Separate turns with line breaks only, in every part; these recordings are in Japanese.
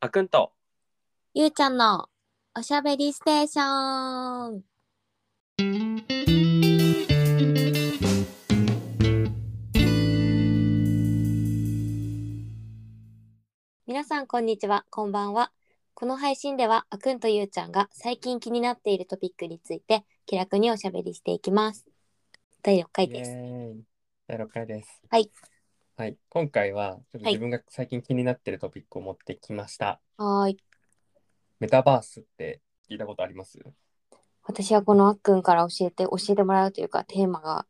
あくんと
ゆうちゃんのおしゃべりステーション。皆さんこんにちは、こんばんは。この配信ではあくんとゆうちゃんが最近気になっているトピックについて気楽におしゃべりしていきます。第6回です。
ーイ第6回です
はい、
はい、今回はちょっと
はい
自分が最近気になってるトピックを持ってきました、
はーい。
メタバースって聞いたことあります
私はこのあっくんから教えて教えてもらうというかテーマが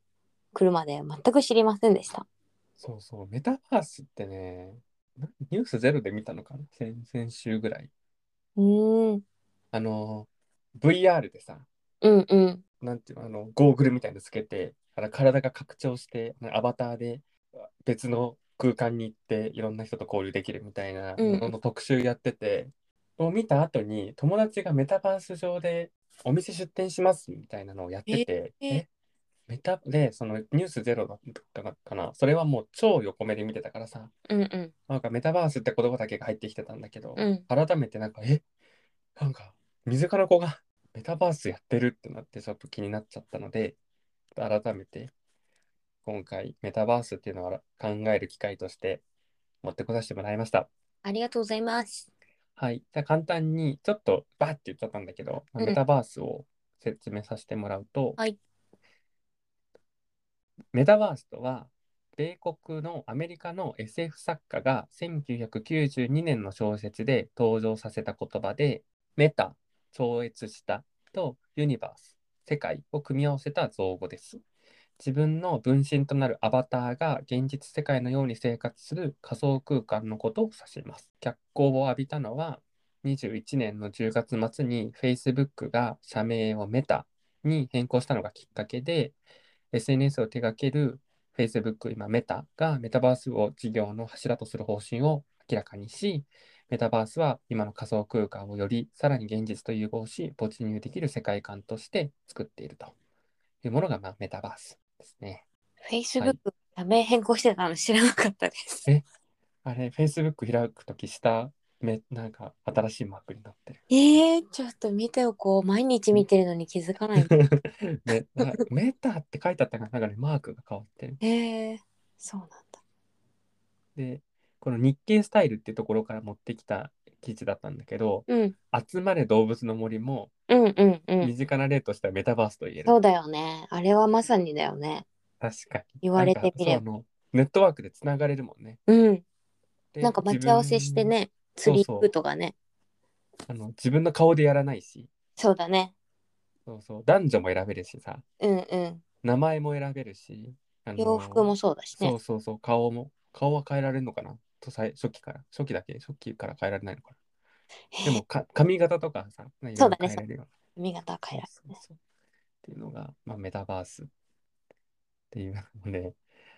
来るまで全く知りませんでした。
そうそうメタバースってねなニュースゼロで見たのかな先先週ぐらいう
ーん。
あの VR でさ
うんうん。
なんていうのあのゴーグルみたいのつけてあの体が拡張してアバターで別の空間に行っていろんな人と交流できるみたいな
うん
のの特集やってて、を見た後に友達がメタバース上でお店出店しますみたいなのをやってて、
えー
メタでそのニュースゼロだったかなそれはもう超横目で見てたからさ
うんうん。
なんかメタバースって言葉だけが入ってきてたんだけど、
うん
改めてなんかえなんか身近な子がメタバースやってるってなってちょっと気になっちゃったので改めて今回メタバースっていうのを考える機会として持ってこさせてもらいました
ありがとうございます。
はいじゃあ簡単にちょっとバーって言っちゃったんだけど、
うん
メタバースを説明させてもらうと、
はい
メタバースとは米国のアメリカの SF 作家が1992年の小説で登場させた言葉でメタ超越したとユニバース世界を組み合わせた造語です自分の分身となるアバターが現実世界のように生活する仮想空間のことを指します脚光を浴びたのは21年の10月末に Facebook が社名をメタに変更したのがきっかけで SNS を手掛ける Facebook 今メタがメタバースを事業の柱とする方針を明らかにしメタバースは今の仮想空間をよりさらに現実と融合し没入できる世界観として作っているというものが、まあ、メタバースですね。
Facebook 社名変更してたの知らなかったです。
えあれ Facebook 開くとき下めなんか新しいマークになってる。
えー、ちょっと見ておこう。毎日見てるのに気づ かない。
メな メタって書いてあったからなんかねマークが変わってる。
えー、そうなんだ。
でこの日経スタイルってところから持ってきた記事だったんだけど
うん。
「集まれ動物の森」も
うんうんう
身
ん。
近な例としてはメタバースと言える。
そうだよね。あれはまさにだよね。
確かに。
言われてみれ
なん
ば
かそうあのネットワークでつながれるもんね。
うん。
で
なんか待ち合わせして。ね、
自
釣
分
り行くとかね。
自分あの自分の顔でやらないし
そうだね。
そうそう男女も選べるしさ
うんうん。
名前も選べるし、あの
洋服もそうだし
そ
ね
う。そうそう、顔も。顔は変えられるのかなとさい初期から。初期だけ初期から変えられないのかなでもか、髪型とかさ、ね
そうだね
いろいろ変えられるよ
髪型は変えられ
そうそうそうっていうのが、まあ、メタバースっていうので、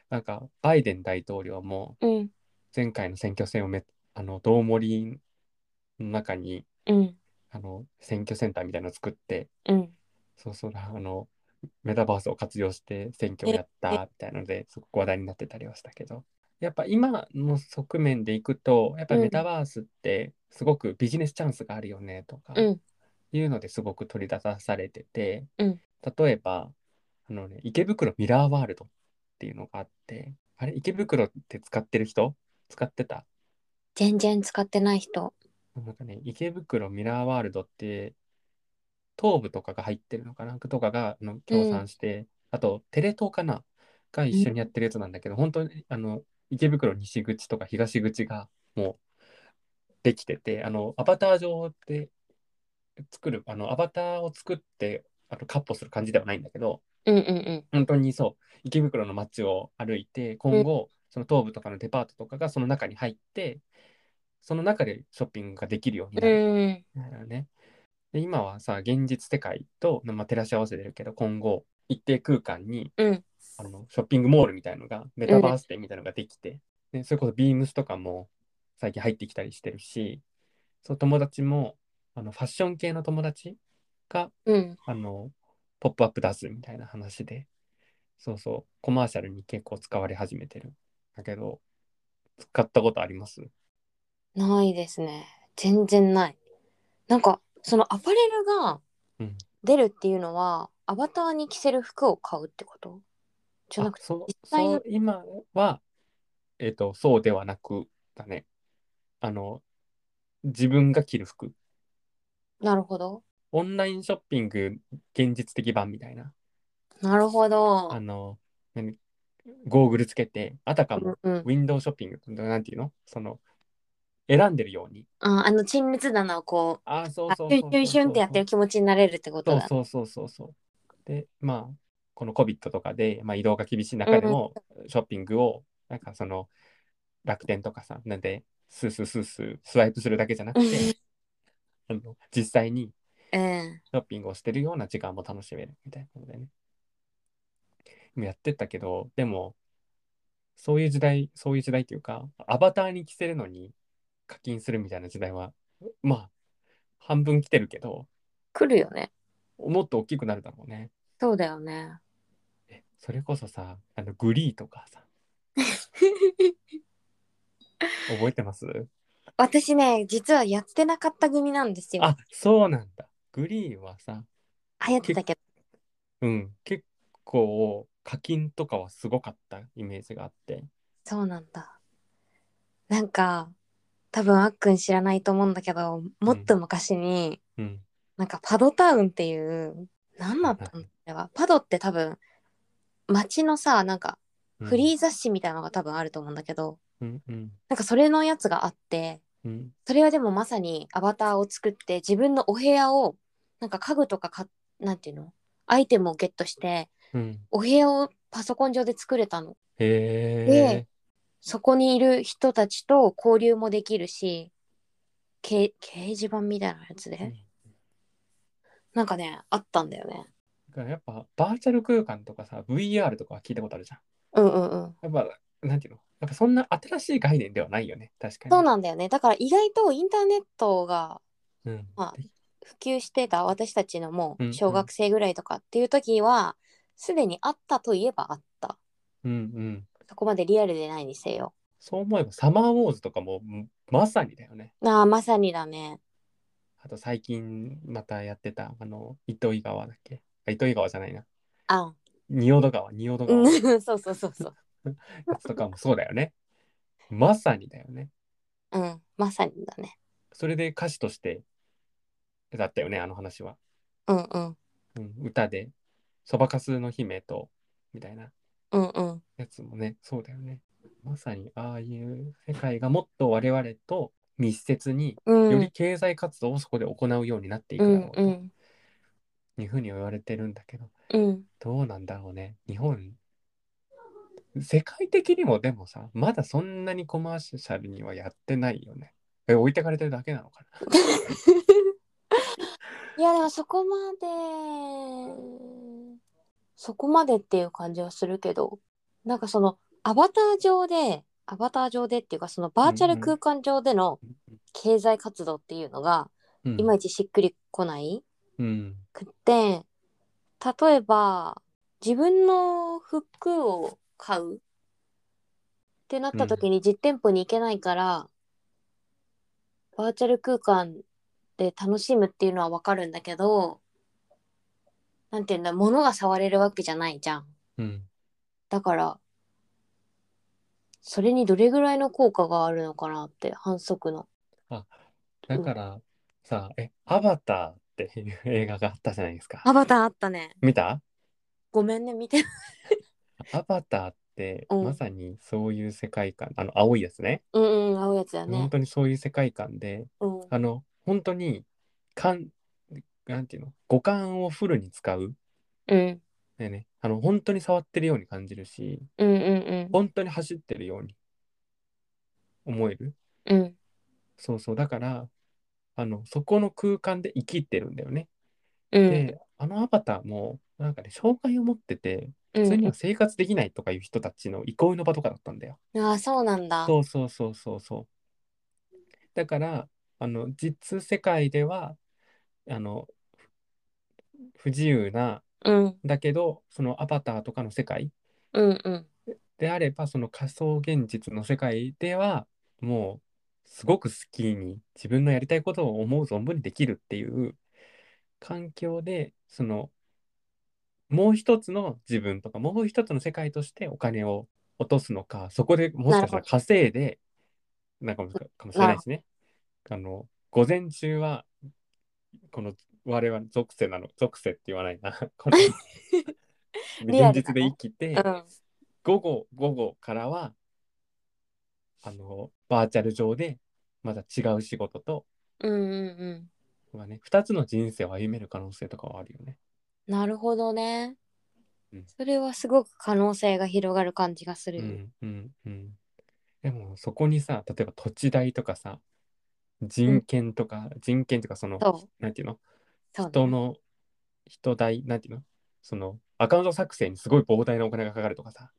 なんか、バイデン大統領も
る。うん。
前回の選挙戦をめあの、道盛りの中に、
うん。
あの、選挙センターみたいなのを作って、
うん。
そうそう、あの、メタバースを活用して選挙をやったみたいなので、すごく話題になってたりはしたけど、やっぱ今の側面でいくと、やっぱりメタバースってすごくビジネスチャンスがあるよねとか
うん。
いうのですごく取り出されてて、
うん
例えば、あのね、池袋ミラーワールドっていうのがあって、あれ、池袋って使ってる人使ってた
全然使ってない人。
なんかね、池袋ミラーワールドって、東武とかが入ってるのかなとかがあの協賛して、あとテレ東かなが一緒にやってるやつなんだけど、本当にあの池袋西口とか東口がもうできてて、あのアバター上で作る、あのアバターを作って、あとカッポする感じではないんだけど、
うんうんうん。
本当にそう池袋の街を歩いて今後その東部とかのデパートとかがその中に入ってその中でショッピングができるようになる
うん。
だからね。で今はさ現実世界と、まあ、照らし合わせてるけど今後一定空間に
うん。
あのショッピングモールみたいのがメタバース店みたいのができて、ね、それこそビームスとかも最近入ってきたりしてるしそう友達もあのファッション系の友達が
うん。
あの、ポップアップ出すみたいな話で、そうそう、コマーシャルに結構使われ始めてる。だけど、使ったことあります
ないですね。全然ないなんかそのアパレルが
うん
出るっていうのは、アバターに着せる服を買うってことじゃなくて
あそう
実際の
そう今は、えっと、そうではなくだね。あの、自分が着る服。
なるほど
オンラインショッピング現実的版みたいな。
なるほど
あの、何ゴーグルつけて、あたかも
うんうん
ウィンドウショッピング、なんていうのその、選んでるように。
ああの陳列棚をこう
あ、そう
あ
そう
シ
そ
ュ
う
ン
そう
シュンシュンってやってる気持ちになれるってこと
そう
だ
そうそうそうそう。で、まあ、この COVID とかで、まあ、移動が厳しい中でも、ショッピングを、なんかその、楽天とかさ、なんで、スースースースースワイプするだけじゃなくて、あの実際に
うん
ショッピングをしてるような時間も楽しめるみたいなのでね。でもやってたけど、でも、そういう時代、そういう時代っていうか、アバターに着せるのに課金するみたいな時代は、まあ、半分来てるけど、
来るよね
もっと大きくなるだろうね。
そうだよね
えそれこそさ、あのグリーとか さ、覚えてます
私ね実はやってなかった組なんですよ
あ、そうなんだ。グリーはさ、
流行ってたけど
うん、結構課金とかはすごかったイメージがあって。
そうなんだなんか多分あっくん知らないと思うんだけどもっと昔に、
うん。
なんかパドタウンっていう何だったんだあれはパドって多分街のさなんかフリー雑誌みたいなのが多分あると思うんだけど、
うんうん
なんかそれのやつがあって
うん
それはでもまさにアバターを作って自分のお部屋をなんか家具とかかなんていうのアイテムをゲットして
うん。
お部屋をパソコン上で作れたの。
へえ
で。そこにいる人たちと交流もできるしけ掲示板みたいなやつで、
うん
なんかねあったんだよね。
だからやっぱバーチャル空間とかさ、VR とかは聞いたことあるじゃん。
うんうんうん。
やっぱ、なんていうのやっぱそんな新しい概念ではないよね。確かに。
そうなんだよねだから意外とインターネットが
うん。
まあ普及してた私たちのも
うんう
うん小学生ぐらいとかっていう時はすでにあったといえばあった
うんうん。
そこまでリアルでないにせよ
そう思えば、サマーウォーズとかもうんまさにだよね。
なあまさにだね
あと最近またやってた、あの、糸魚川だっけあ糸魚川じゃないな。
あ
仁淀川、仁淀川
う
のや
ん そうそうそうそう
つとかもそうだよね。まさにだよね。
うんまさにだね
それで歌詞としてだったよね、あの話は。
うんうん
うん、歌で、そばかすの姫と、みたいな
うんうん
やつもね、そうだよね。まさにああいう世界がもっと我々と密接に、
うん
より経済活動をそこで行うようになっていく
う
だ
ん
ろう
う
と
ん
いうふうに言われてるんだけど。
うん
どうなんだろうね。日本、世界的にもでもさ、まだそんなにコマーシャルにはやってないよね。え、置いてかれてるだけなのかな。
いやでもそこまでそこまでっていう感じはするけどなんかそのアバター上でアバター上でっていうかそのバーチャル空間上での経済活動っていうのが
うん、
いまいちしっくりこない
うん、
くって例えば自分の服を買うってなった時に実店舗に行けないから、バーチャル空間で楽しむっていうのはわかるんだけどなんていうんだ物が触れるわけじゃないじゃん
うん。
だからそれにどれぐらいの効果があるのかなって反則の
だからさ、え、アバターっていう映画があったじゃないですか。
アバターあったね
見た
ごめんね見て
アバターって、
うん
まさにそういう世界観、あの、青いやつね。
うんうん青いやつだ
本
ね
当にそういう世界観で、
うんうん
あの、本当に、かん、なんていうの、五感をフルに使う。
うん
だよね、あの本当に触ってるように感じるし
うんうん
本当に走ってるように思える
うん
そうそうだからあのそこの空間で生きてるんだよね、
うん
であのアバターもなんかね障害を持ってて
うん
普通には生活できないとかいう人たちの憩いの場とかだったんだよ、
ああそうなんだ
そうそうそうそうそうだからあの実世界ではあの不自由な
うん
だけどそのアバターとかの世界
うんうん
であればその仮想現実の世界ではもすごく好きに自分のやりたいことを思う存分にできるっていう環境でそのもう一つの自分とかもう一つの世界としてお金を落とすのかそこでもしかした
な
ら
るほど
稼いでなんかもかもしれないですね。あの午前中はこの我々属性なの属性って言わないなこ の
リア
現実
ルだ
で
ね
生きて、
うん
午後午後からはあのバーチャル上でまた違う仕事と、
うんうんうん。
まあね、2つの人生を歩める可能性とかはあるよね。
なるほどね
うん。
それはすごく可能性が広がる感じがする
う
よね。
んうんうん、でもそこにさ例えば土地代とかさ人権とか、人権とかその
そう
なんていうの
そう
人
ね。
の人代なんていうのそのアカウント作成にすごい膨大なお金がかかるとかさ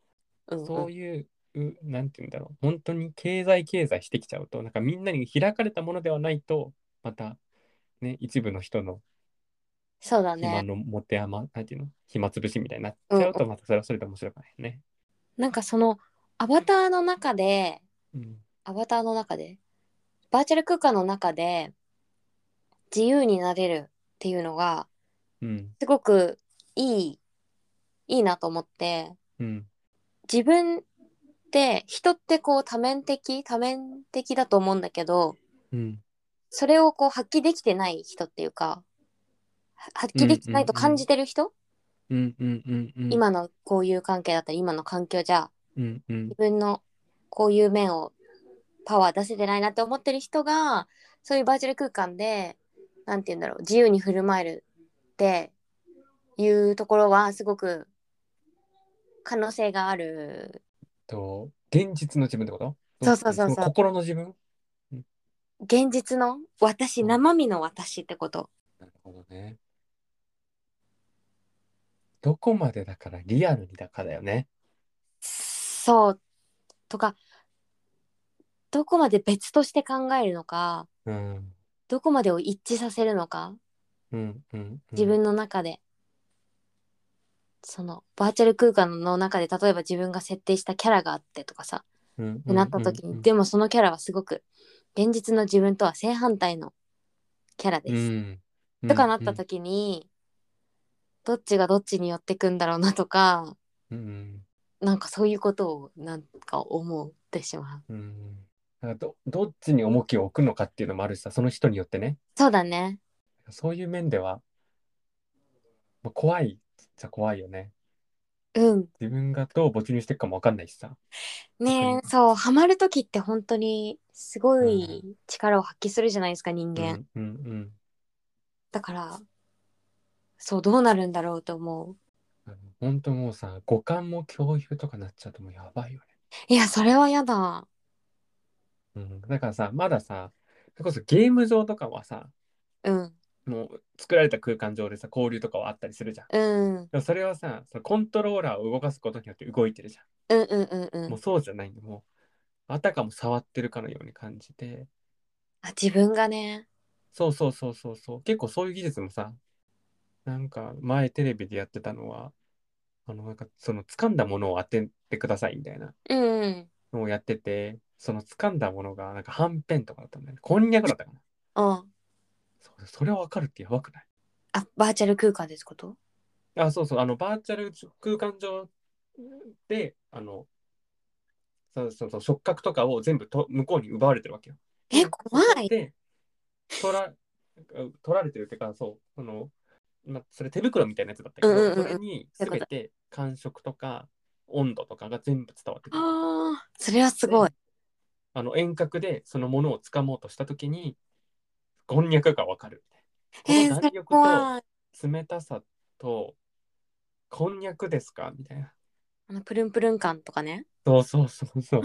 うんう。
そうんいう、うなんて言うんだろう、本当に経済経済してきちゃうと、なんかみんなに開かれたものではないと、また、ね、一部の人の
そうだ
暇
ね。
の持て余、なんていうの、暇つぶしみたいになっちゃうと、またそれはそれで面白くないよね。
なんかそのアバターの中で、
うん、
アバターの中で、バーチャル空間の中で自由になれるっていうのが
うん、
すごくいい、いいなと思って、
うん、
自分って人ってこう多面的、多面的だと思うんだけど、
うん、
それをこう発揮できてない人っていうか、は発揮できてないと感じてる人、
うん、うん、うん、うん、
今の交友関係だったり、今の環境じゃ、
うん、うん
自、分のこういう面をパワー出せてないなって思ってる人が、そういうバーチャル空間で、なんて言うんだろう、自由に振る舞えるっていうところは、すごく可能性がある。
と、現実の自分ってこと
そうそうそうそう
の心の自分
現実の私、
うん
生身の私ってこと。
なるほどね。どこまでだからリアルにだからだよね。
そう。とか、どこまで別として考えるのか、
うん、
どこまでを一致させるのか
うん、うん、うん
自分の中で、そのバーチャル空間の中で例えば自分が設定したキャラがあってとかさ、
うん
ってなった時に、
うんうん
でもそのキャラはすごく現実の自分とは正反対のキャラです、
うん、
とかなった
と
時に、どっちがどっちに寄ってくんだろうなとか
うん
なんかそういうことをなんか思ってしまう
うんうんだからどどっちに重きを置くのかっていうのもあるしさその人によってね
そうだね
そういう面では、まあ、怖いっちゃ怖いよね
うん
自分がどう没入していくかも分かんないしさ
ね
特
えそうハマる時って本当にすごい力を発揮するじゃないですか人
う
間、
んうんうん
だからそうどうなるんだろうと思う
あの本当もうさ五感も共有とかなっちゃうともうやばいよね、
いやそれはやだ
うん、だからさまださそれこそゲーム上とかはさ
うん
もう作られた空間上でさ交流とかはあったりするじゃん
うんうん
でもそれはさそのコントローラーを動かすことによって動いてるじゃん
うんうんう
も
ん
うそうじゃないんでもうあたかも触ってるかのように感じて
あ自分がね
そうそうそうそうそう結構そういう技術もさなんか前テレビでやってたのはあのなんかその掴んだものを当ててくださいみたいな
うんうん
のをやっててその掴んだものがなんかはんぺんとかだったんだよねこんにゃくだったかな
あ
そうそれはわかるってやばくない
あバーチャル空間ですこと
あそうそうあのバーチャル空間上であのそうそうそう触覚とかを全部と向こうに奪われてるわけよ
え怖い
で取ら取られてるっていうかそうその、まあ、それ手袋みたいなやつだったけど、
うんうんうん
それに全て感触とか温度とかが全部伝わってくる
あーそれはすごい
あの遠隔でそのものを掴もうとした時にこんにゃくが分かるこ
え
の
ー、そ
弾
れ
力と
怖い
冷たさとこんにゃくですかみたいな
あのプルンプルン感とかね
そうそうそうそう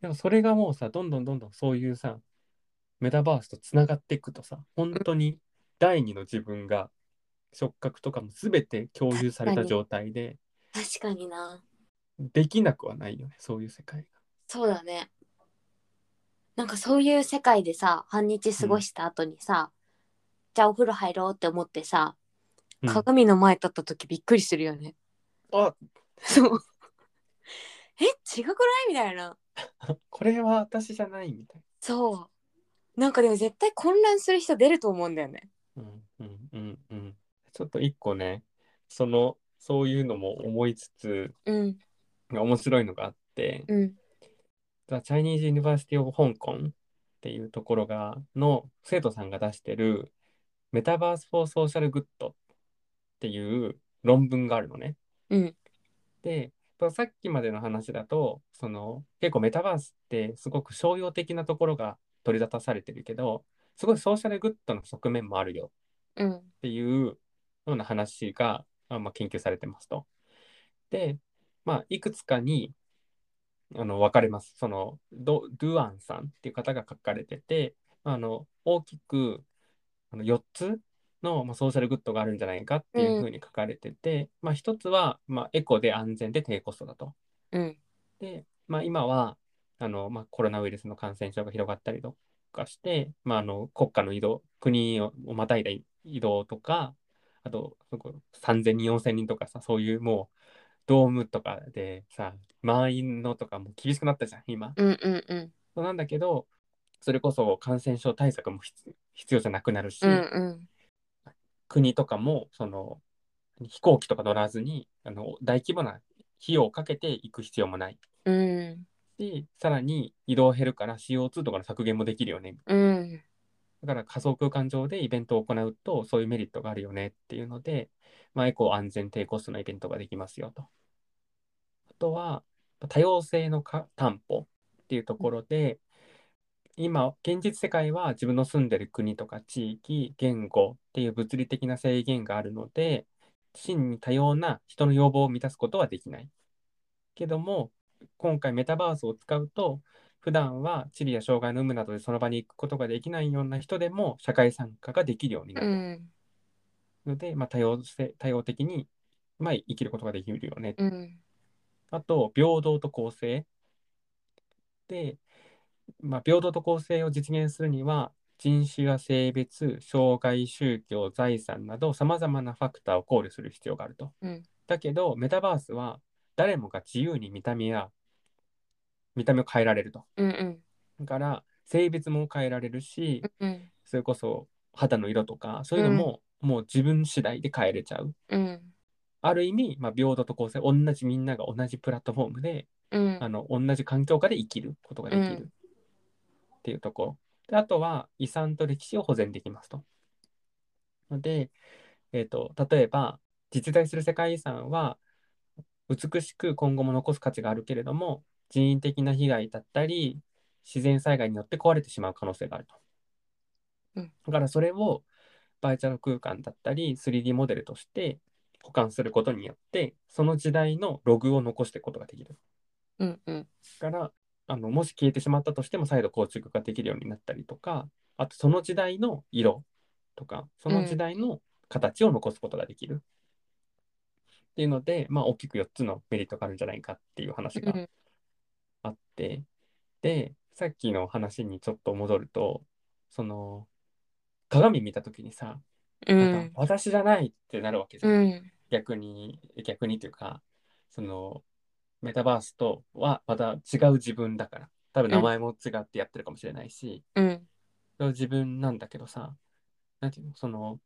でもそれがもうさどんどんどんどんそういうさメタバースとつながっていくとさ本当に第二の自分が触覚とかも全て共有された状態で
確かにな
できなくはないよねそういう世界が。
そうだねなんかそういう世界でさ半日過ごした後にさ、じゃあお風呂入ろうって思ってさ
うん
鏡の前立った時びっくりするよね、
あ
そう。え違くないみたいな。
これは私じゃないみたい
そうなんかでも絶対混乱する人出ると思うんだよね
な。うんうんうんうん。ちょっと一個ね、その、そういうのも思いつつ、
うん
面白いのがあって、
うん
ザ・チャイニーズ・ユニバーシティ・オブ・香港っていうところが、の生徒さんが出してる、メタバース・フォー・ソーシャル・グッドっていう論文があるのね。
うん
で、とさっきまでの話だと、その、結構メタバースってすごく商用的なところが取り沙汰されてるけど、すごいソーシャル・グッドの側面もあるよ
うん
っていうような話が、あまあ、研究されてますと。で、まあ、いくつかにあの分かれます。そのドドゥアンさんっていう方が書かれてて、あの大きくあの4つの、まあ、ソーシャルグッドがあるんじゃないかっていうふうに書かれてて、まあ、1つは、まあ、エコで安全で低コストだと。
うん
で、まあ、今はあの、まあ、コロナウイルスの感染症が広がったりとかして、まあ、あの国家の移動国をまたいだ移動とかあとそこ3,000人4,000人とかさそういうもうドームとかでさ満員のとかも厳しくなったじゃん今。
うんうんうん
そうなんだけどそれこそ感染症対策も必必要じゃなくなるし、
うんうん
国とかもその飛行機とか乗らずにあの大規模な費用をかけて行く必要もない。
うん
し、さらに移動減るから CO2 とかの削減もできるよね。
うん
だから仮想空間上でイベントを行うと、そういうメリットがあるよねっていうので、まあ、エコ安全低コストのイベントができますよと。あとは、多様性のか担保っていうところで、今、現実世界は自分の住んでる国とか地域、言語っていう物理的な制限があるので、真に多様な人の要望を満たすことはできない。けども、今回メタバースを使うと、普段は地理や障害の有無などでその場に行くことができないような人でも社会参加ができるようにな
う
る
ん
ので、まあ、多様性多様的に、まあ、生きることができるよね。
うん
あと平等と公正で、まあ、平等と公正を実現するには人種や性別障害宗教財産などさまざまなファクターを考慮する必要があると。
うん
だけどメタバースは誰もが自由に見た目や見た目を変えられると。
うん
だから性別も変えられるし、
うん
それこそ肌の色とかそういうのも、もう自分次第で変えれちゃう
うん
ある意味、まあ、平等と公正同じみんなが同じプラットフォームで、
うん
あの同じ環境下で生きることができ
うん
るっていうところ、であとは遺産と歴史を保全できますとので、えー、と例えば実在する世界遺産は美しく今後も残す価値があるけれども人為的な被害だったり自然災害によって壊れてしまう可能性があると。
うん
だからそれをバーチャル空間だったり 3D モデルとして保管することによってその時代のログを残していくことができる。
うんうん
だからあのもし消えてしまったとしても再度構築ができるようになったりとかあとその時代の色とかその時代の形を残すことができる。っていうので、まあ、大きく4つのメリットがあるんじゃないかっていう話があって、でさっきの話にちょっと戻るとその鏡見た時にさ、
う
なんか
ん
私じゃないってなるわけじゃん、
うん
逆に逆にというかそのメタバースとはまた違う自分だから多分名前も違ってやってるかもしれないし、
うん
それは自分なんだけどさなんていうのその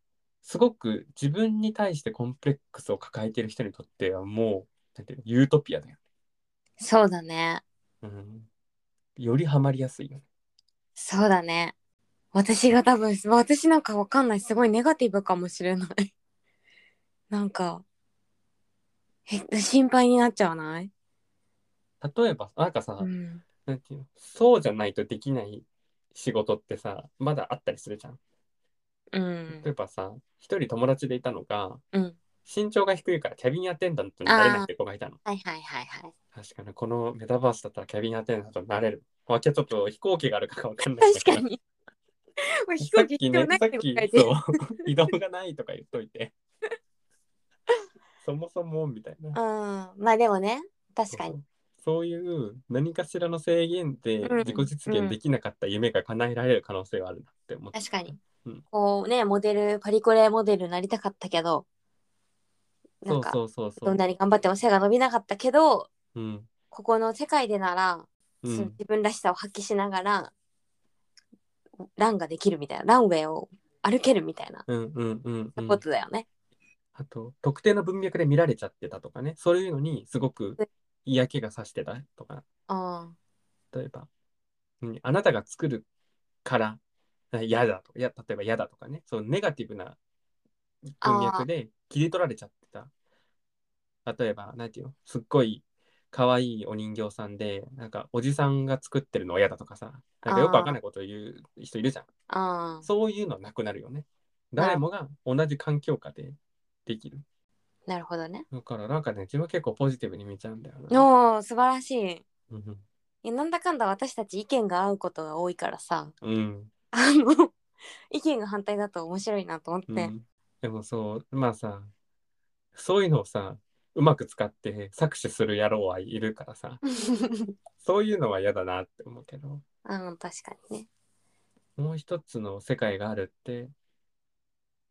すごく自分に対してコンプレックスを抱えてる人にとってはもうなんていうのユートピアだよね、
そうだね
うん、よりハマりやすいよね
そうだね私が多分私なんかわかんないすごいネガティブかもしれない なんかえ心配になっちゃわない、
例えばなんかさ、
うん、
なんていうのそうじゃないとできない仕事ってさまだあったりするじゃん
うん
例えばさ一人友達でいたのが
うん
身長が低いからキャビンアテンダントになれないって子がいたの
はいはいはいはい
確かにこのメタバースだったらキャビンアテンダントになれるわけちょっと飛行機があるからわかんないんだ
確
けど
かにもう飛
さっ
行機
き
必
ね
要ないっ
さってき
書いて
そう 移動がないとか言っといてそもそもみたいな
うんまあでもね確かに
そういう何かしらの制限で
うん
自己実現できなかった夢が叶えられる可能性はあるなって思って、
確かに、
うん
こうねモデルパリコレモデルになりたかったけどな
そう
んか
そうそうそ
ど
う、
んなに頑張っても背が伸びなかったけど
うん、
ここの世界でならそ
うん
の自分らしさを発揮しながら、ランができるみたいなランウェイを歩けるみたいな
うんうんうんうん
ことだよね。
あと特定の文脈で見られちゃってたとかねそういうのにすごく嫌気がさしてたとか
あ
例えば、うん、あなたが作るからあ嫌だとかいや例えば嫌だとかねそうネガティブな文脈で切り取られちゃってた例えば何ていうのすっごい可愛いお人形さんでなんかおじさんが作ってるのは嫌だとかさなんかよくわかんないこと言う人いるじゃん
あー
そういうのはなくなるよね
な
誰
る
もが同じ環境下でできる
なるほどね。
だからなんかね自分は結構ポジティブに見ちゃうんだよな、
おー素晴らしい。
うん
いやなんだかんだ私たち意見が合うことが多いからさ
うん
あの意見が反対だと面白いなと思って、
うん、でもそうまあさそういうのをさうまく使って搾取する野郎はいるからさ そういうのは嫌だなって思うけど
あの確かにね
もう一つの世界があるって、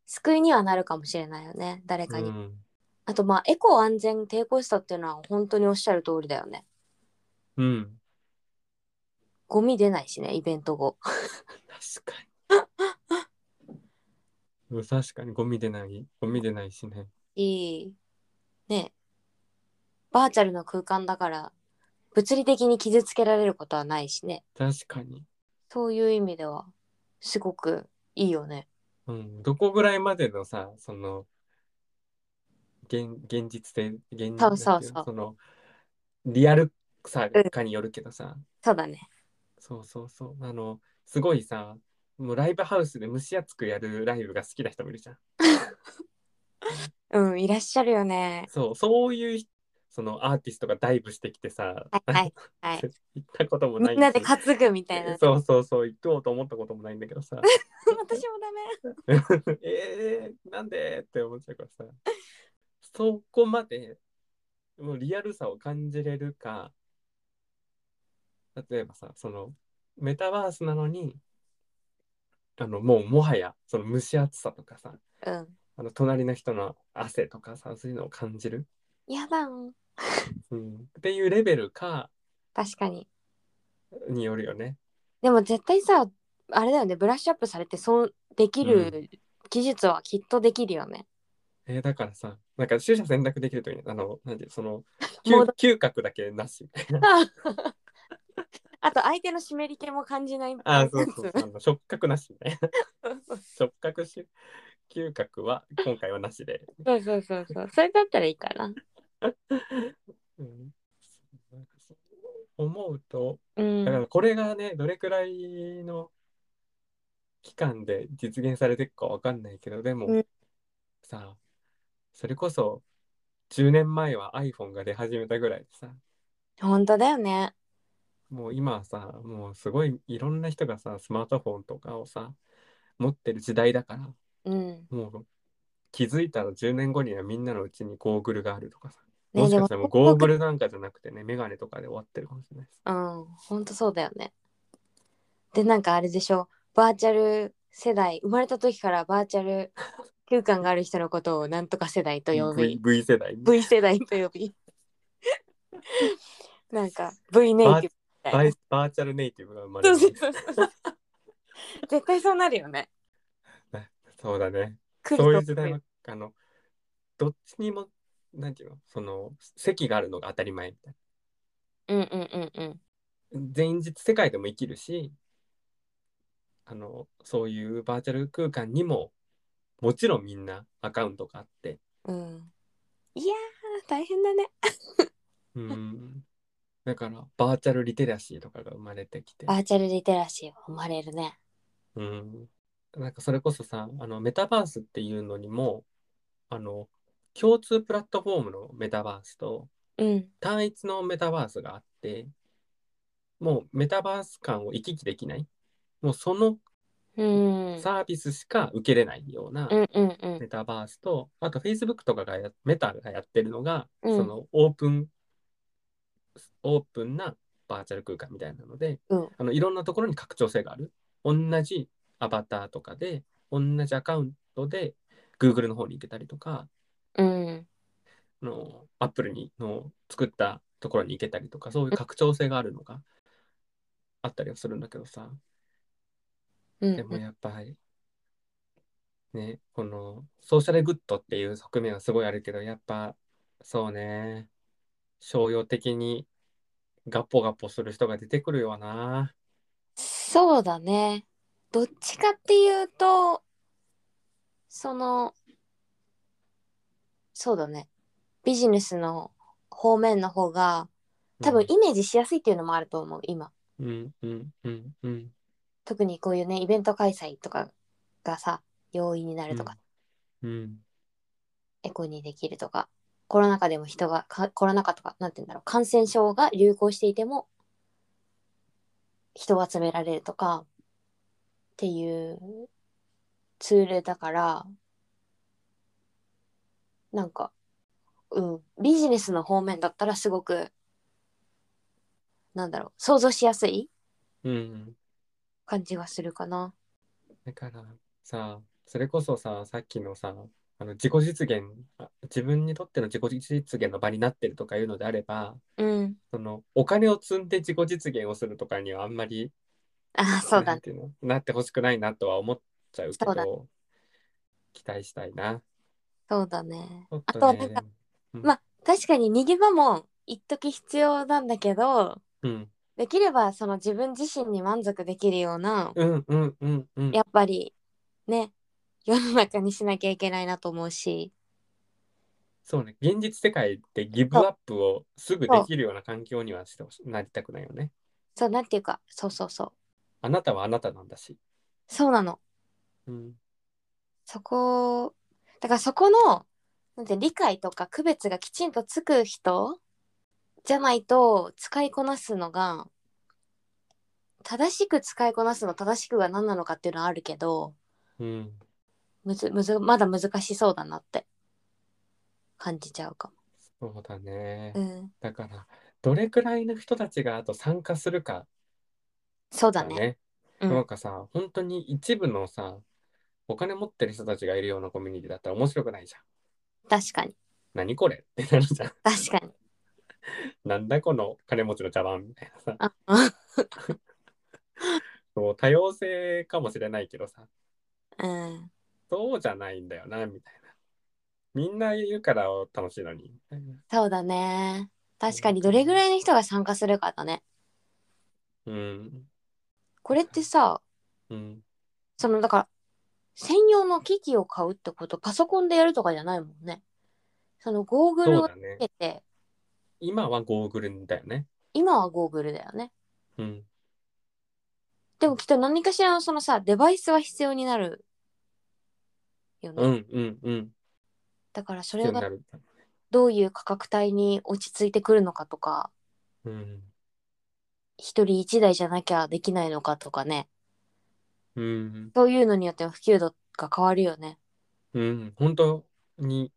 救いにはなるかもしれないよね誰かに、
うん
あとまあエコ安全抵抗しさっていうのは本当におっしゃる通りだよね
うん、
ゴミ出ないしねイベント後
確か にうん確かにゴミ出ないゴミ出ないしね
いいねバーチャルの空間だから物理的に傷つけられることはないしね
確かに、
そういう意味ではすごくいいよね
うん、どこぐらいまでのさその現現実で現
そうそ
な
うそう
んていのそのリアルさかによるけどさ、
そうだね
そうそうそう。あの、すごいさ、もうライブハウスで蒸し暑くやるライブが好きな人もいるじゃん。
うんいらっしゃるよね
そう、そういうひ、そのアーティストがダイブしてきてさ、
はいはいはい
行ったこともない
みんなで担ぐみたいな。
そうそうそう、行こうと思ったこともないんだけどさ、
私もダメ。
えー、なんでって思っちゃうからさ、そこまで、もうリアルさを感じれるか、例えばさ、その、メタバースなのに、あの、もうもはや、その蒸し暑さとかさ、
うん。
あの隣の人の汗とかさそういうのを感じる、
やだん。
うん、っていうレベルか
確かに。
によるよね。
でも絶対さ、あれだよね、ブラッシュアップされてそうでき
う
る技術はきっとできる よね。
えーだからさなんか取捨選択できるといいねあのなんていうそ の
もう
嗅嗅覚だけなしみたいな。
あと相手の湿り気も感じない。
あーそうそう
や
そうあの触覚なしみたいな
つ
触覚し嗅覚は今回はな しで。
そうそうそうそう。それだったらいいかな。
うん、なんかそう思うと
う
だか
ん。
らこれがねどれくらいの期間で実現されていくかわかんないけどでも、
うん
さそれこそ10年前は iPhone が出始めたぐらいでさ
本当だよね。
もう今はさもうすごいいろんな人がさスマートフォンとかをさ持ってる時代だから
うん。
もう気づいたら10年後にはみんなのうちにゴーグルがあるとかさ
ね
もしかしたら
で
も
も
うゴーグルなんかじゃなくてねメガネとかで終わってるかもしれないです。
うん。本当そうだよね。で、なんかあれでしょ。バーチャル世代、生まれた時からバーチャル空間がある人のことをなんとか世代と呼び
V, v 世代、
V 世代と呼び なんか V ネイティブみた
バ
い
イバーチャルネイティブが生まれ
な
る
そうそうそうそう絶対そうなるよね
そうだね
来
そうい
る
う時
と
代はあのどっちにもなんていうのその席があるのが当たり前みたいな
うんうんうんうん
現実世界でも生きるしあのそういうバーチャル空間にももちろんみんなアカウントがあって
うんいやー大変だね
うんだからバーチャルリテラシーとかが生まれてきて、
バーチャルリテラシーは生まれるね
うん、なんかそれこそさあのメタバースっていうのにもあの共通プラットフォームのメタバースと
うん
単一のメタバースがあってもうメタバース間を行き来できないもうその
うん
サービスしか受けれないような、
うんうんうん
メタバースと、あと Facebook とかがや、メタがやってるのが、
うん
そのオープン、オープンなバーチャル空間みたいなので、
うん
あのいろんなところに拡張性がある。同じアバターとかで、同じアカウントで Google の方に行けたりとか、
うん
あの Apple にの作ったところに行けたりとか、そういう拡張性があるのがあったりはするんだけどさ、
うん
でもやっぱり、ね、このソーシャルグッドっていう側面はすごいあるけど、やっぱそうね、商用的にガッポガッポする人が出てくるよな。
そうだね。どっちかっていうと、その、そうだね。ビジネスの方面の方が、多分イメージしやすいっていうのもあると思う、今。
うんうんうんうん
特にこういうね、イベント開催とかがさ、容易になるとか、
うん
エコにできるとか、コロナ禍でも人が、かコロナ禍とか、なんて言うんだろう、感染症が流行していても、人を集められるとか、っていうツールだから、なんか、うん、ビジネスの方面だったらすごく、なんだろう、想像しやすい
うんうん。
感じがするかな。
だからさ、それこそさ、さっきのさ、あの自己実現、あ自分にとっての自己実現の場になってるとかいうのであれば、
うん。
そのお金を積んで自己実現をするとかにはあんまり、
あ、そう
な
だ
ん
ね。
ていうの、なってほしくないなとは思っちゃうけ
そうだ
ど、期待したいな。
そうだね
ちょっ。
あ
と
と、
ね、
なん
で
か、
もうん
まあ確かに逃げ場も一時必要なんだけど
うん、
できればその自分自身に満足できるような
うん、うん、うん、うん。
やっぱりね世の中にしなきゃいけないなと思うし
そうね、現実世界ってギブアップをすぐできるような環境にはしてほしなりたくないよね。
そうなんていうかそうそうそう
あなたはあなたなんだし。
そうなの
うん、
そこだからそこのなんて理解とか区別がきちんとつく人じゃないと使いこなすのが正しく使いこなすの正しくが何なのかっていうのはあるけど
うん。
むずむずまだ難しそうだなって感じちゃうか
そうだね。
も。うん、
だからどれくらいの人たちがあと参加するか
そうだ
だ
ね。
ね。
うん
なんかさ本当に一部のさお金持ってる人たちがいるようなコミュニティだったら面白くないじゃん。
確かに
何これってなるじゃん。
確かに。
なんだこの金持ちの茶番みたいなさ。
あ
そう多様性かもしれないけどさ
うん
そうじゃないんだよなみたいな。みんな言うから楽しいのにみたいな。
そうだね。確かにどれぐらいの人が参加するかだね。
うん。
これってさ
うん。
そのだから専用の機器を買うってことパソコンでやるとかじゃないもんね。そのゴーグル
そう
をつ
だね。
けて
今はゴーグルだよね。
今はゴーグルだよね。
うん。
でもきっと何かしらのそのさデバイスは必要になるよね。
うんうんうん。
だからそ
必
れ
要に
が
なる。
どういう価格帯に落ち着いてくるのかとか
うん。
一人一台じゃなきゃできないのかとかね
うん。
そういうのによっても普及度が変わるよね
うん、本当に、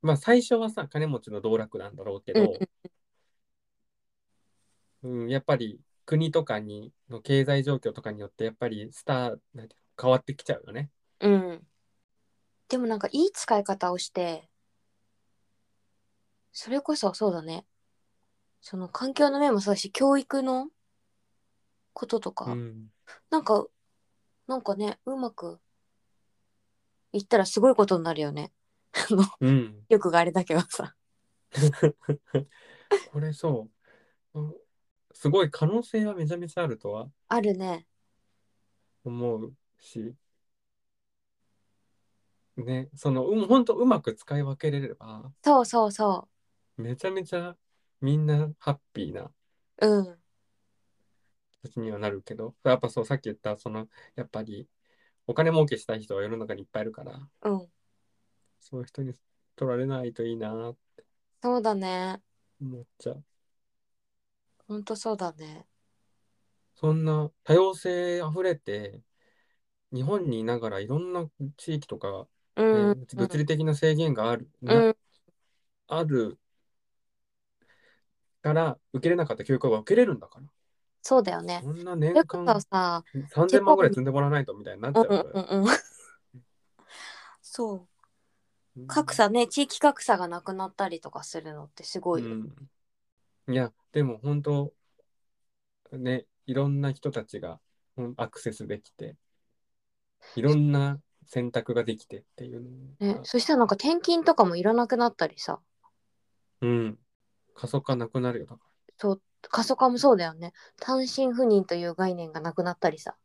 まあ最初はさ、金持ちの道楽なんだろうけど、うん、やっぱり国とかにの経済状況とかによって、やっぱりスター、なんていうの変わってきちゃうよね。
うんでもなんかいい使い方をしてそれこそそうだねその環境の面もそうだし教育のこととか、
うん、
なんかなんかねうまくいったらすごいことになるよねあの
うん、
よくがあれだけどさ
これそう、うんすごい可能性はめちゃめちゃあるとは
あるね
思うし、ね、その、うん、本当うまく使い分けれれば、
そうそうそ
めちゃめちゃみんなハッピーな
ううん
形にはなるけど、やっぱそう、さっき言った、その、やっぱり、お金儲けしたい人は世の中にいっぱいいるから、
うん
そういう人に取られないといいなぁって
そうだね
思っちゃう。
ほんとそうだね
そんな多様性あふれて、日本にいながらいろんな地域とか、
う
ね
んうんうん、
物理的な制限がある、な
うん
あるから、受けれなかった教育が受けれるんだから、
そうだよね。
こんな
そ
年
れこ
間
そさ、
3000万ぐらい積んでもらわないとみたいになっち
う
ゃ
ん
うか
う
ら
んうんうん。そうう。
ん
格差ね、地域格差がなくなったりとかするのってすごいよ。
うん、いやでも本当ねいろんな人たちがうんアクセスできて、いろんな選択ができてっていうの
ね
が、
そしたらなんか転勤とかもいらなくなったりさ
うん。過疎化なくなるよだか
そう過疎化もそうだよね単身赴任という概念がなくなったりさ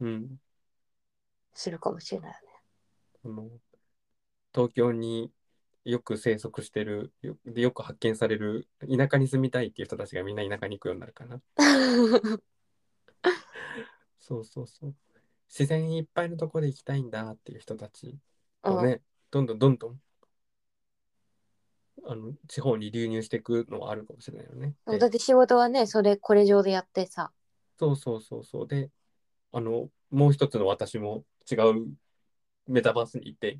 ら。うん。
するかもしれないよね
あの東京によく生息してるよでよく発見される田舎に住みたいっていう人たちがみんな田舎に行くようになるかな そうそうそう自然いっぱいのところで行きたいんだっていう人たち
うん
がね、どんどんどんどんあの地方に流入していくのはあるかもしれないよね。
そう
で
だって仕事はねそれこれ上でやってさ
そうそうそうそうであのもう一つの私も違うメタバースに行って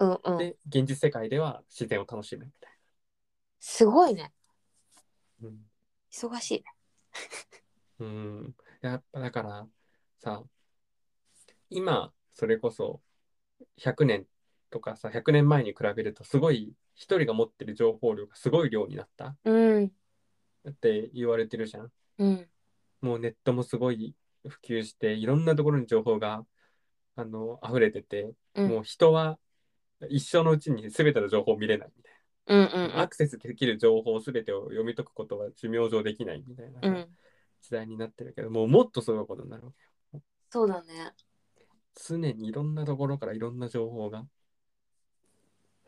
うんうん
で現実世界では自然を楽しむみたい
すごいね
な。うん
忙しいね
うん、やっぱだからさ、今、それこそ100年とかさ、100年前に比べると、すごい、一人が持ってる情報量がすごい量になった
うん
って言われてるじゃん。
うん
もうネットもすごい普及して、いろんなところに情報が、あの、溢れてて、
うん
もう人は一生のうちに全ての情報を見れないみたい
うんうん
な。アクセスできる情報全てを読み解くことは寿命上できないみたいな
う
さ
ん
時代になってるけど、もうもっとすごいことになるわけ。
そうだね
常にいろんなところからいろんな情報が。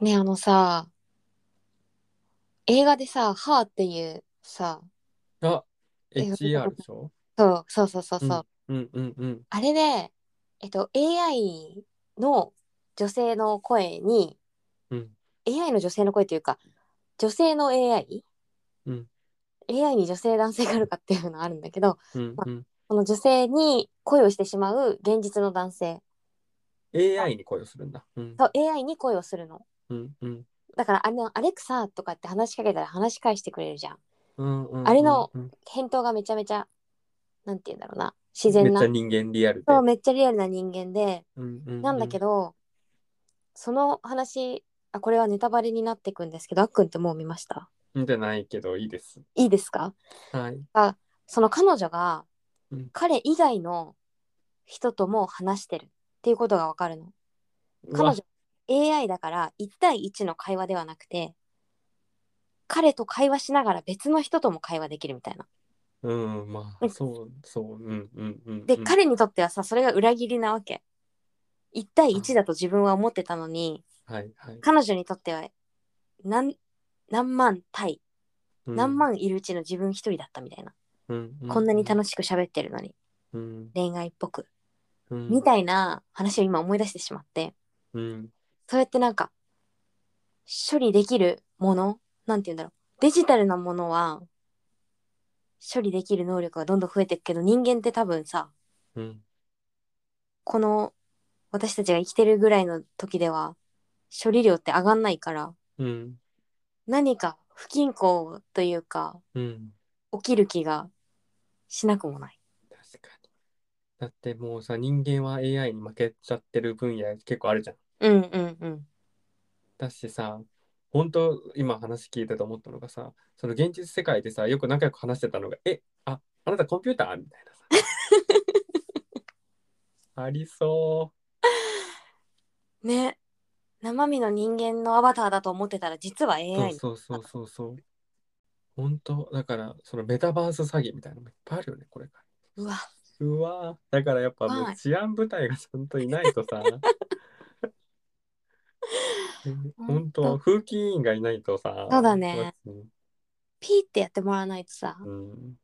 ねあのさ映画でさ「ハーっていうさ
あ、
え
HER でしょ
そうそうそうそうそう、
うんうんうん
あれで、えっと、AI の女性の声に、
うん。
AI の女性の声というか、女性の AI?、
うん、
AI に女性男性があるかっていうのがあるんだけど、
うんうん。
その女性に恋をしてしまう現実の男性
AI に恋をするんだ。うん
と AI に恋をするの。
うんうん。
だからあの、アレクサとかって話しかけたら話し返してくれるじゃん。
うんうんうん
あれの
うん
返答がめちゃめちゃ、なんて言うんだろうな、自然な。
めっちゃ人間リアルで
そう、。めっちゃリアルな人間で、な
なん
だけ
ど。
ど、その話あこれはネタバレになっていくんですけどあっくんってもう見ました
見てないけどいいです。
いいですか
はい。
その彼女が
うん
彼以外の人とも話してるっていうことがわかるの彼女 AI だから1対1の会話ではなくて彼と会話しながら別の人とも会話できるみたいな
うわうん、まあ、そうそう。うんうんうん。
で、
うん、
彼にとってはさそれが裏切りなわけ1対1だと自分は思ってたのに
はいはい。
彼女にとっては何何万対
うん
何万いるうちの自分一人だったみたいな、
うんう
こんなに楽しく喋ってるのに
うん
恋愛っぽく、
うん
みたいな話を今思い出してしまって
うん
そうやってなんか処理できるものなんて言うんだろうデジタルなものは処理できる能力がどんどん増えていくけど人間って多分さ
うん
この私たちが生きてるぐらいの時では処理量って上がんないから
うん
何か不均衡というか
うん。
起きる気がしなくもない。
確かに。だってもうさ、人間は AI に負けちゃってる分野結構あるじゃん。
うんうんうん
だしさ、本当今話聞いてて思ったのがさ、その現実世界でさ、よく仲良く話してたのが、え、あ、あなたコンピューターみたい なさ。ありそ
ね生身の人間のアバターだと思ってたら実
う。
は
そう
AI
そうそうそうそう。本当だから、そのメタバース詐欺みたいなのもいっぱいあるよね、これから。
うわ
うわーだからやっぱも
は
う
い
治安部隊がちゃんといないと さうん本当風紀委員がいないとさ
そうだね
マジ
ピーってやってもらわないとさ
うん、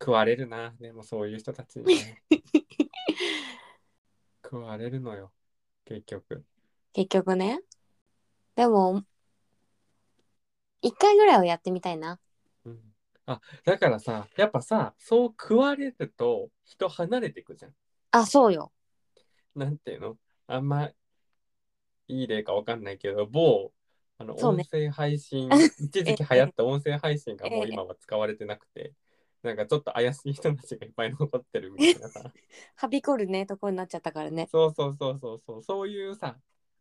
食われるなでもそういう人たちに ね食われるのよ結局
結局ねでも一回ぐらいはやってみたいな
うんあだからさやっぱさそう食われると人離れてくじゃん
あそうよ
なんていうのあんまいい例かわかんないけど某あの
そう
音
ね
声配信、
え
一時期流行った音声配信がも
え
う
え
今は使われてなくてなんかちょっと怪しい人たちがいっぱい残ってるみたいな さ
はびこるねとこになっちゃったからね
そうそうそうそうそうそういうさ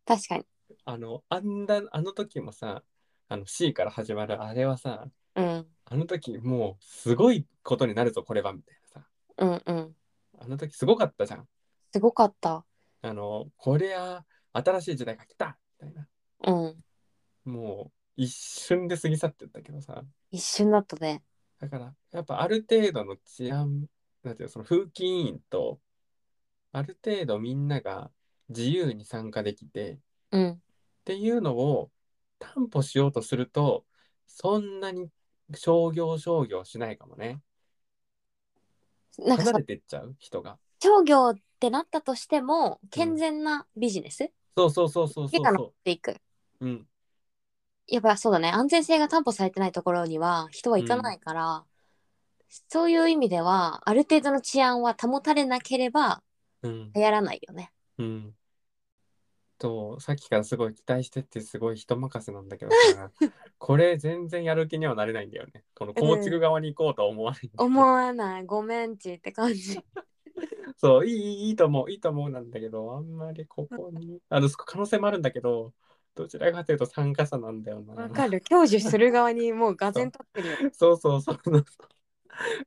確かに
あのあんだあの時もさあの C から始まるあれはさ
うん
あの時もうすごいことになるぞこれはみたいなさ
うんうん。
あの時すごかったじゃん。
すごかった。
あの、こりゃ、新しい時代が来たみたいな。
うん。
もう、一瞬で過ぎ去ってったけどさ。
一瞬だったね。
だから、やっぱある程度の治安、なんていうの、その風紀委員と、ある程度みんなが自由に参加できて、っ
うん。
ていうのを担保しようとすると、そんなに商業商業しないかもね。
なん
離
かさ、
れてっちゃう人が。
商業ってなったとしても、健全なビジネスっ
そうそうそうそうそう
出た
そ
のていく。
う。うん。
やっぱそうだね安全性が担保されてないところには人は行かないから、そういう意味ではある程度の治安は保たれなければ
うん。
流行らないよね。
うん。と、さっきからすごい期待してってすごい人任せなんだけど さ、これ全然やる気にはなれないんだよね。この構築側に行こうとは思わないんだよね
思わないごめんちって感じ。
そう、いいいい、いいと思う、いいと思うなんだけど、あんまりここに、あの、そ可能性もあるんだけど、どちらかというと参加者なんだよな。
わかる享受する側にもうがぜん立ってるよ。
そうそうそうそう。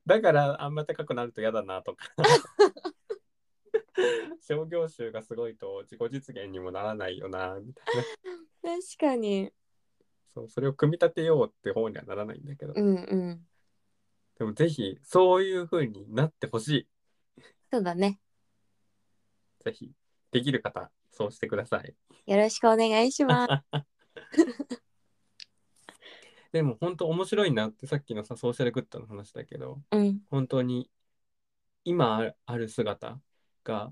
だから、あんま高くなると嫌だな とか。商業集がすごいと自己実現にもならないよな、みたいな。
確かに。
そう、それを組み立てようって方にはならないんだけど
う。んうん。
でも、ぜひ、そういう風になってほしい。
そうだね。
ぜひ、できる方、そうしてください。
よろしくお願いします。
でも、本当面白いなって、さっきのさ、ソーシャルグッドの話だけど、
うん
本当に今あるある姿が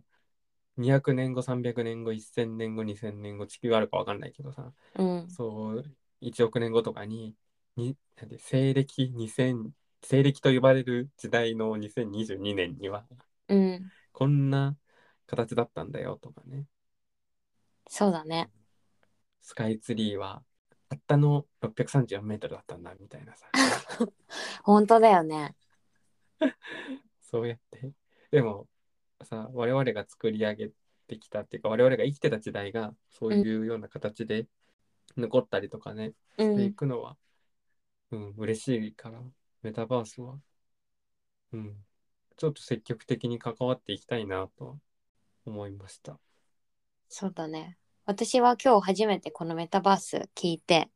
200年後300年後1000年後2000年後地球あるか分かんないけどさ
うん
そう1億年後とかにになんて西暦2000西暦と呼ばれる時代の2022年には
うん。
こんな形だったんだよとかね
そうだね。
スカイツリーはたったの634メートルだったんだみたい なさ
本当だよね。
そうやってでもさ我々が作り上げてきたっていうか我々が生きてた時代がそういうような形で残ったりとかね、
う
してい
ん。
くのは、うん、嬉しいからメタバースは、うん、ちょっと積極的に関わっていきたいなとは思いま した。
そうだね。私は今日初めてこのメタバース聞いて、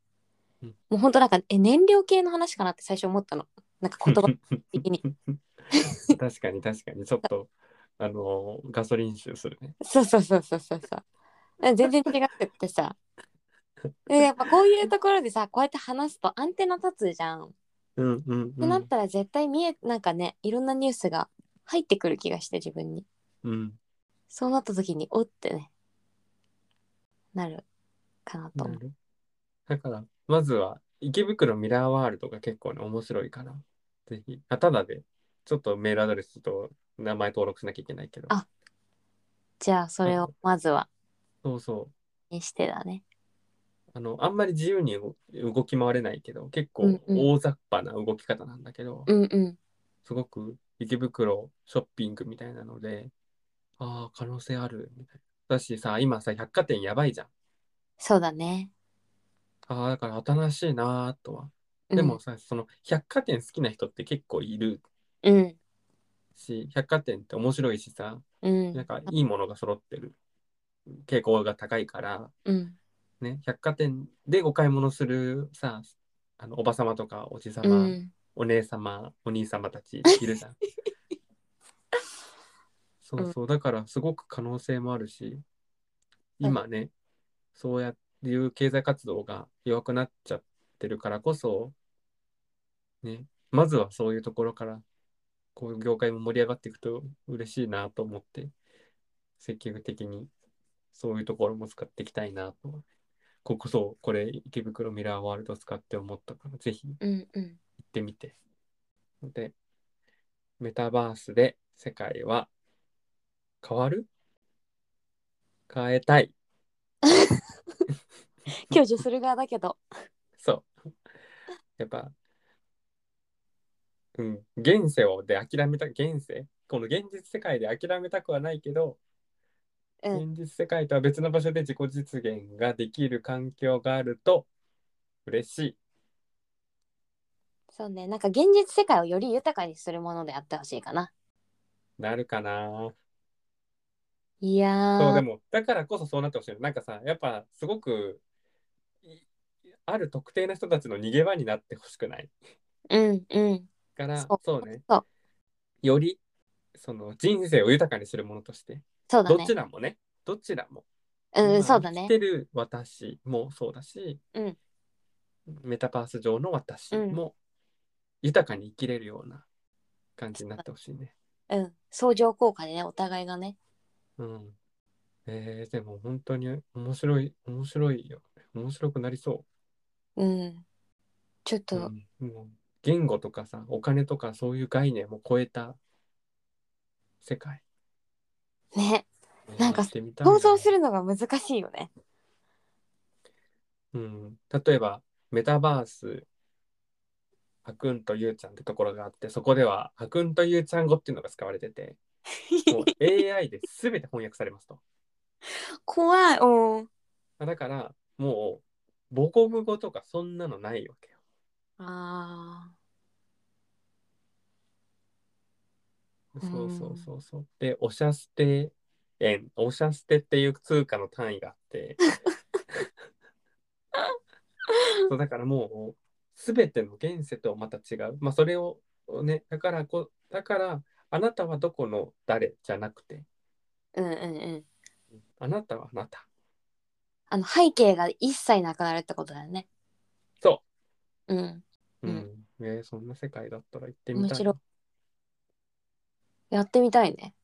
うん
もう本当なんか、え、燃料系の話かなって最初思ったの。なんか 言葉的に。
確かに確かにちょっとあのガソリン臭するね。
そうそうそうそうそうそう。全然違くってさ。でやっぱこういうところでさ、こうやって話すとアンテナ立つじゃん。っ
うんうんう
てなっ
ん。
たら絶対見え、なんかね、いろんなニュースが入ってくる気がして自分に。
うん、
そうなった時に、おってね、なるかなと
な
思う。
るだからまずは池袋ミラーワールドが結構ね面白いからぜひあただでちょっとメールアドレスと名前登録しなきゃいけないけど
あじゃあ、それをまずは、
そうそう
にしてだね。
あの、あんまり自由に動動き回れないけど、結
う
構
んうん
大雑把な動き方なんだけど、
うんうん。
すごく池袋ショッピングみたいなので、ああ、可能性ある、みたいな。だしさ、今さ、百貨店やばいじゃん。
そうだね。
ああ、だから新しいなーとは。
うん
でも、さ、その百貨店好きな人って結構いる
うん。
し、百貨店って面白いしさ、
うん。
なんかいいものが揃ってる傾向が高いから、
うん。
ね、百貨店でお買い物するさ、あのおばさまとかおじさ
う
ま、
ん。
お姉様、お兄様たちいるじゃん。そうそう、だからすごく可能性もあるし、今ね、そうやっていう経済活動が弱くなっちゃってるからこそ、ね、まずはそういうところから、こういう業界も盛り上がっていくと嬉しいなと思って、積極的にそういうところも使っていきたいなと。ここそう、これ池袋ミラーワールド使って思ったから、ぜひ
うん。うん。
行ってみて。で、メタバースで世界は変わる変えたい。
享受する側だけど。
そう。 やっぱ、うん、現世をで諦めた、現世この現実世界で諦めたくはないけど、
うん。
現実世界とは別の場所で自己実現ができる環境があると嬉しい。
そうね。なんか現実世界をより豊かにするものであってほしいかな。
なるかない
や
そうで
ー、
もだからこそそうなってほしいなんかさやっぱすごくいある特定の人たちの逃げ場になってほしくない
うん、うん。
から
そう
そうね
そう、
よりその人生を豊かにするものとして
そうだ
ど
ね
ち。らもねどちらも
うん、
今
そうだ
生
ね
き。てる私もそうだし、
うん
メタバース上の私も豊かに生きれるような感じになってほしいね。
うん。相乗効果でね、お互いがね。
うん。えー、でも本当に面白い、面白いよ。面白くなりそ
うん。ちょっ
う。
と、
うんもう言語とかさ、お金とかそういう概念も超えた世界。
ね、なんか
やってみたいな
想像するのが難しいよね。
うん、例えばメタバースハクンとユウちゃんってところがあってそこではハクンとユウちゃん語っていうのが使われて てもう AI で全て翻訳されますと
怖い。うん。
だからもう母国語とかそんなのないわけよ
あ
そうそうそうそうでおしゃステ円おしゃステっていう通貨の単位があって そうだからもう全ての現世とはまた違うまあそれをねだからこだからあなたはどこの誰じゃなくて
ー。うんうんうん。
あなたはあなた
あの、背景が一切なくなるってことだよね。。
そう
うん。
う
うん
ん、ねそんな世界だったら行ってみ
面
たい
白い
行っ。
やってみたいね。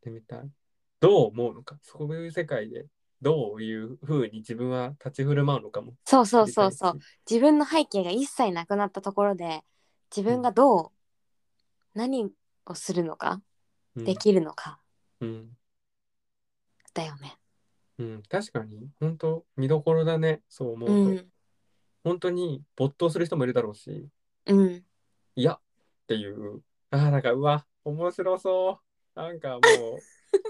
てみたいどう思うのかそういう世界でどういうふうに自分は立ち振る舞うのかも
そうそうそうそう
知。り
自分の背景が一切なくなったところで自分がどう、何をするのか、
たい
で
し
きるのか
うんうん
だよね。
うん、確かに本当見どころだねそう思う
う
と、
ん、
本当に没頭する人もいるだろうし
うん、
いやっていうあーなんかうわ面白そうなん かもう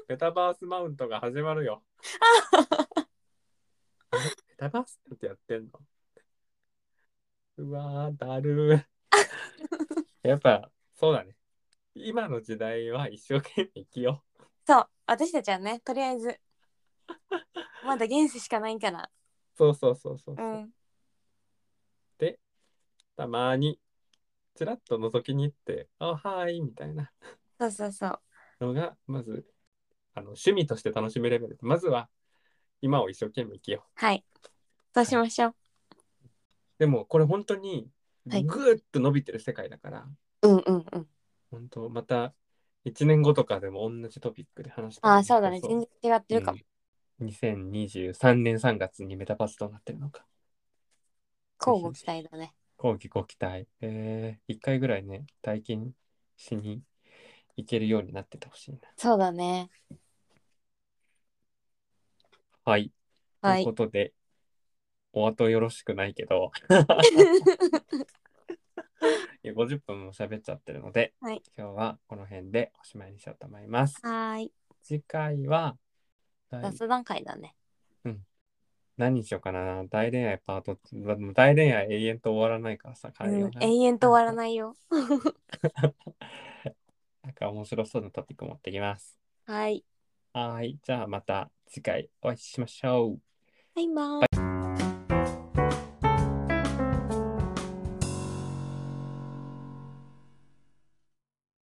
メタバースマウントが始まるよあれメタバースってやってんのうわーだる ーやっぱそうだね今の時代は一生懸命生きよ
そう私たちはねとりあえずまだ現世しかないから、
うそうそうそうそう
う
そう、
ん、
たまにちらっと覗きに行って「あはーい」みたいな
そうそうそう
のがまずあの趣味として楽しむレベルまずは今を一生懸命生きよう
はいそうしましょう。
でもこれ本当にぐ
はい
ーっと伸びてる世界だから、
うんうんうん。
本当また1年後とかでも同じトピックで話して
ああそうだね全然違ってるかも。
うん2023年3月にメタバースとなってるのか
交互期待だね。
後期ご期待えー、1回ぐらいね体験しに行けるようになっててほしいな
そうだね。
はい、
は
とい。
いう
ことでお後よろしくないけどいや50分も喋っちゃってるので、
はい
今日はこの辺でおしまいにしようと思います。
はーい。
次回は、大
雑談会だね。
何にしようかな大恋愛パート2大恋愛永遠と終わらないからさ、
う
変えよ
ん
う、な
永遠と終わらないよ。
なんか面白そうなトピック持ってきます。
はい。
はーい。じゃあまた次回お会いしましょう。
バイバイ。